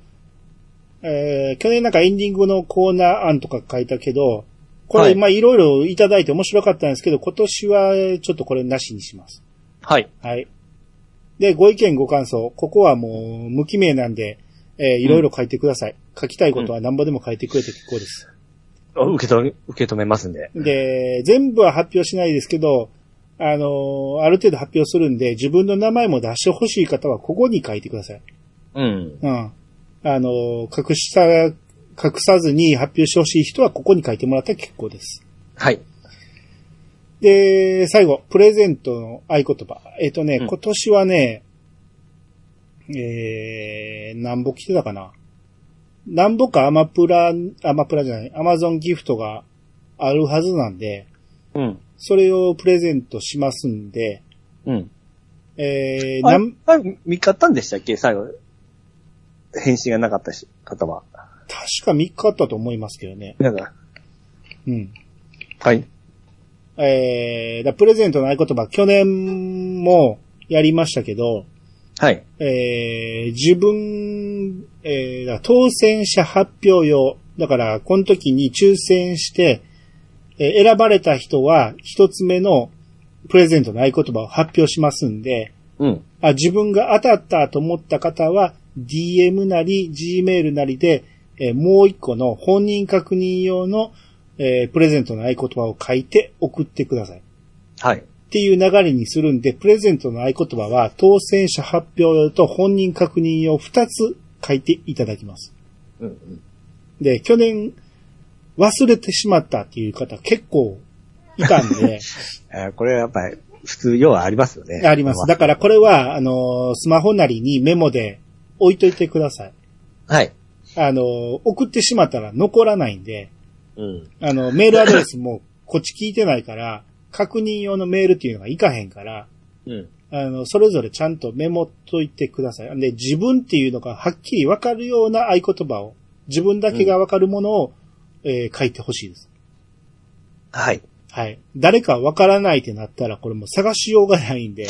[SPEAKER 1] えー、去年なんかエンディングのコーナー案とか書いたけど、こ
[SPEAKER 2] は
[SPEAKER 1] れ、
[SPEAKER 2] い
[SPEAKER 1] まあいろいろいただいて面白かったんですけど、今年はちょっとこれなしにします。
[SPEAKER 2] はい。
[SPEAKER 1] はい。で、ご意見ご感想。ここはもう無記名なんで、えーいろいろ書いてください。書きたいことは何ぼでも書いてくれて結構です。
[SPEAKER 2] 受け止め、受け止めますんで。
[SPEAKER 1] で、全部は発表しないですけど、あのーある程度発表するんで、自分の名前も出してほしい方はここに書いてください。
[SPEAKER 2] うん。
[SPEAKER 1] うん。あのー隠した、隠さずに発表してほしい人はここに書いてもらったら結構です。
[SPEAKER 2] はい。
[SPEAKER 1] で、最後、プレゼントの合言葉。えっ、とね、
[SPEAKER 2] うん
[SPEAKER 1] 今年はね、えー、なんぼ来てたかな。なんぼかアマプラ、アマプラじゃない、アマゾンギフトがあるはずなんで、
[SPEAKER 2] うん。
[SPEAKER 1] それをプレゼントしますんで、
[SPEAKER 2] うん。
[SPEAKER 1] えー、
[SPEAKER 2] あ
[SPEAKER 1] な
[SPEAKER 2] れ
[SPEAKER 1] ん、、
[SPEAKER 2] あれ見方でしたっけ最後。返信がなかったし、方は。
[SPEAKER 1] 確か3日あったと思いますけどね。
[SPEAKER 2] なんか、
[SPEAKER 1] うん。
[SPEAKER 2] はい。
[SPEAKER 1] えー、だプレゼントの合言葉、去年もやりましたけど、
[SPEAKER 2] はい。
[SPEAKER 1] えー自分、えーだから当選者発表用。だから、この時に抽選して、えー選ばれた人は一つ目のプレゼントの合言葉を発表しますんで、
[SPEAKER 2] うん。
[SPEAKER 1] あ自分が当たったと思った方は、DM なり Gmail なりで、えーもう一個の本人確認用の、えープレゼントの合言葉を書いて送ってください。
[SPEAKER 2] はい。
[SPEAKER 1] っていう流れにするんで、プレゼントの合言葉は、当選者発表用と本人確認用2つ書いていただきます。
[SPEAKER 2] うんうん。
[SPEAKER 1] で、去年、忘れてしまったっていう方結構いたんで、
[SPEAKER 2] えーこれはやっぱり、普通、要はありますよね。
[SPEAKER 1] あります。だからこれは、あのー、スマホなりにメモで置いといてください。
[SPEAKER 2] はい。
[SPEAKER 1] あのー、送ってしまったら残らないんで、
[SPEAKER 2] うん。
[SPEAKER 1] あの、メールアドレスもこっち聞いてないから、確認用のメールっていうのがいかへんから、
[SPEAKER 2] うん。
[SPEAKER 1] あの、それぞれちゃんとメモっといてください。で、自分っていうのがはっきりわかるような合言葉を、自分だけがわかるものを、えー書いてほしいです。
[SPEAKER 2] はい。
[SPEAKER 1] はい。誰かわからないってなったら、これもう探しようがないんで。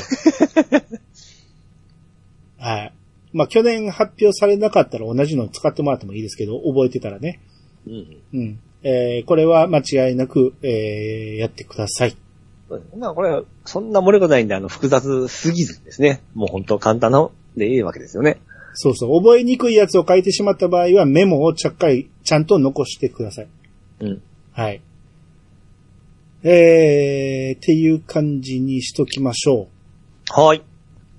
[SPEAKER 1] はい。まあ、去年発表されなかったら同じの使ってもらってもいいですけど、覚えてたらね。
[SPEAKER 2] うん。
[SPEAKER 1] うん。えーこれは間違いなく、えーやってください。
[SPEAKER 2] そうですねまあこれは、そんな漏れがないんで、あの、複雑すぎずですね。もう本当簡単なでいいわけですよね。
[SPEAKER 1] そうそう。覚えにくいやつを書いてしまった場合は、メモをちゃっかり、ちゃんと残してください。
[SPEAKER 2] うん。
[SPEAKER 1] はい。えー、っていう感じにしときましょ
[SPEAKER 2] はい。
[SPEAKER 1] う。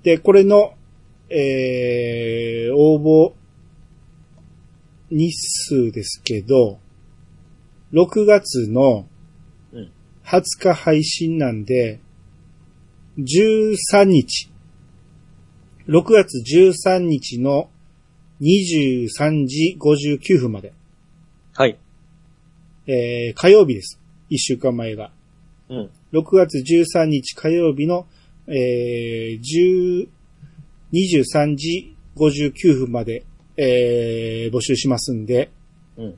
[SPEAKER 1] で、これの、えー、応募日数ですけど、6月の
[SPEAKER 2] うん
[SPEAKER 1] 20日配信なんで、13日、6月13日の23時59分まで、
[SPEAKER 2] はい。
[SPEAKER 1] えー、火曜日です。1週間前が。
[SPEAKER 2] うん。
[SPEAKER 1] 6月13日火曜日の、えー、10 23時59分まで、えー募集しますんで、
[SPEAKER 2] うん。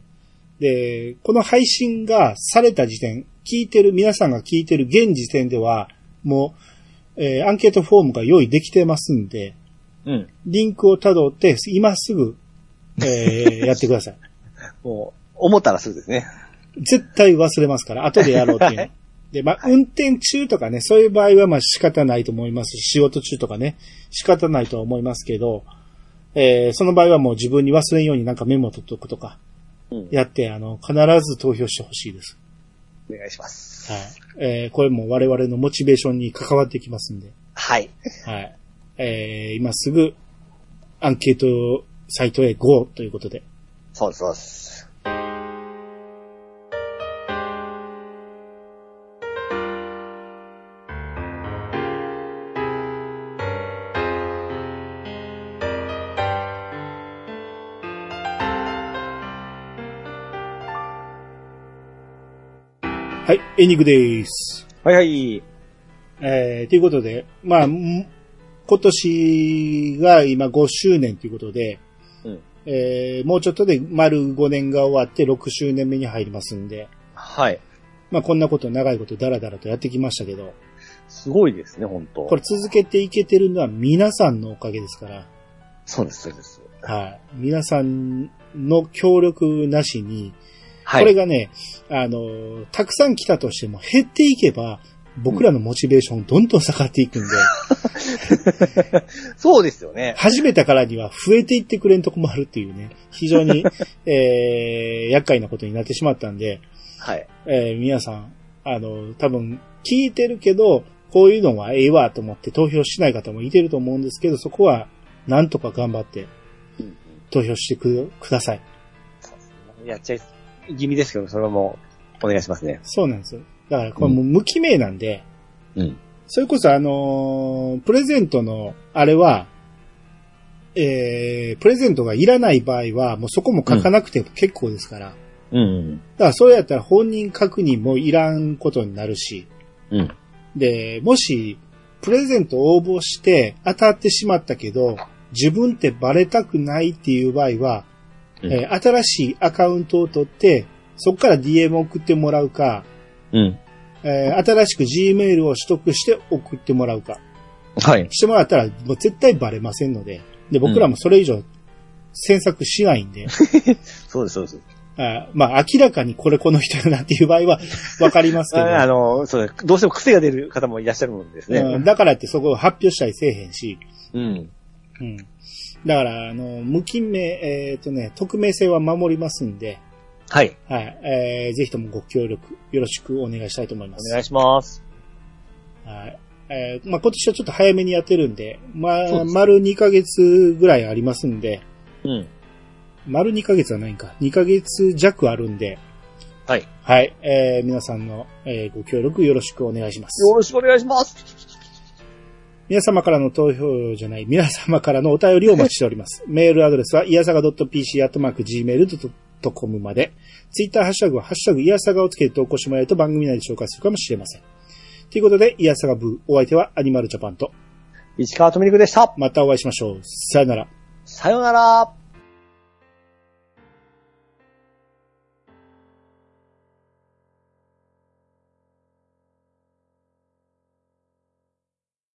[SPEAKER 1] で、この配信がされた時点、聞いてる、皆さんが聞いてる現時点では、もう、えーアンケートフォームが用意できてますんで、
[SPEAKER 2] うん。
[SPEAKER 1] リンクを辿って、今すぐ、えーやってください。
[SPEAKER 2] もう、思ったらすぐですね。
[SPEAKER 1] 絶対忘れますから、後でやろうっていうの。で、まあ、運転中とかね、そういう場合はまあ仕方ないと思いますし、仕事中とかね、仕方ないとは思いますけど、えーその場合はもう自分に忘れんようになんかメモ取っとくとか、
[SPEAKER 2] うん。
[SPEAKER 1] やって、あの、必ず投票してほしいです。
[SPEAKER 2] お願いします。
[SPEAKER 1] はい。えーこれも我々のモチベーションに関わってきますんで、
[SPEAKER 2] はい。
[SPEAKER 1] はい。えー今すぐ、アンケートサイトへ GO ということで。
[SPEAKER 2] そうです、そうです。
[SPEAKER 1] はい、エンディングです。
[SPEAKER 2] はいはい。
[SPEAKER 1] えー、ということで、まあ、ん今年が今5周年ということで、
[SPEAKER 2] うん
[SPEAKER 1] えーもうちょっとで丸5年が終わって6周年目に入りますんで、
[SPEAKER 2] はい。
[SPEAKER 1] まあこんなこと長いことダラダラとやってきましたけど、
[SPEAKER 2] すごいですね、本当
[SPEAKER 1] これ続けていけてるのは皆さんのおかげですから、
[SPEAKER 2] そうです、そうです。
[SPEAKER 1] はい。皆さんの協力なしに、
[SPEAKER 2] はい。
[SPEAKER 1] これがね、あの、たくさん来たとしても減っていけば、僕らのモチベーションどんどん下がっていくんで、
[SPEAKER 2] そうですよね。
[SPEAKER 1] 始めたからには増えていってくれんとこもあるっていうね、非常 に、えー、厄介なことになってしまったんで、
[SPEAKER 2] はい。
[SPEAKER 1] えー皆さん、あの、多分、聞いてるけど、こういうのはええわと思って投票しない方もいてると思うんですけど、そこは、なんとか頑張って
[SPEAKER 2] うんうん
[SPEAKER 1] 投票してくください。
[SPEAKER 2] そうですねやっちゃい気味ですけど、それはもう、お願いしますね。
[SPEAKER 1] そうなんですよ。だから、これもう無記名なんで、
[SPEAKER 2] うん。
[SPEAKER 1] それこそあのープレゼントの、あれは、えー、プレゼントがいらない場合は、もうそこも書かなくても結構ですから。
[SPEAKER 2] うん。
[SPEAKER 1] だからそれやったら本人確認もいらんことになるし、
[SPEAKER 2] うん。
[SPEAKER 1] で、もし、プレゼント応募して当たってしまったけど、自分ってバレたくないっていう場合は、
[SPEAKER 2] うん
[SPEAKER 1] えー新しいアカウントを取って、そこから DM を送ってもらうか、
[SPEAKER 2] うん。
[SPEAKER 1] えー新しく Gmail を取得して送ってもらうか。
[SPEAKER 2] はい。
[SPEAKER 1] してもらったら、もう絶対バレませんので、で、僕らもそれ以上、詮索しないん で、
[SPEAKER 2] そうです、そうです。
[SPEAKER 1] あまあ、明らかにこれこの人やなっていう場合 は、わかりますけど、
[SPEAKER 2] ああの、そうですどうしても癖が出る方もいらっしゃるもんですね。
[SPEAKER 1] うんだからってそこを発表したりせえへんし、
[SPEAKER 2] うん。
[SPEAKER 1] うん。だから、あの、無記名、えっ、とね、匿名性は守りますんで、
[SPEAKER 2] はい。
[SPEAKER 1] はい、えーぜひともご協力、よろしくお願いしたいと思いま
[SPEAKER 2] お
[SPEAKER 1] す。
[SPEAKER 2] 願いします。
[SPEAKER 1] はい。えーまあ、今年はちょっと早めにやってるんで、ま
[SPEAKER 2] そう
[SPEAKER 1] あ、
[SPEAKER 2] です
[SPEAKER 1] 丸2ヶ月ぐらいありますんで、
[SPEAKER 2] うん。
[SPEAKER 1] 丸2ヶ月はないんか。2ヶ月弱あるんで。
[SPEAKER 2] はい。
[SPEAKER 1] はい。えー、皆さんの、えーご協力よろしくお願いします。
[SPEAKER 2] よろしくお願いします。
[SPEAKER 1] 皆様からの投票じゃない、皆様からのお便りをお待ちしております。 メールアドレスは、いやさが .pc.gmail.com まで。ツイッターハッシュタグは、ハッシュタグいやさがをつけて投稿してもらえると番組内で紹介するかもしれません。ということで、いやさがブー、お相手はアニマルジャパンと、
[SPEAKER 2] 石川とみりくでした。
[SPEAKER 1] またお会いしましょう。さよなら。
[SPEAKER 2] さようなら。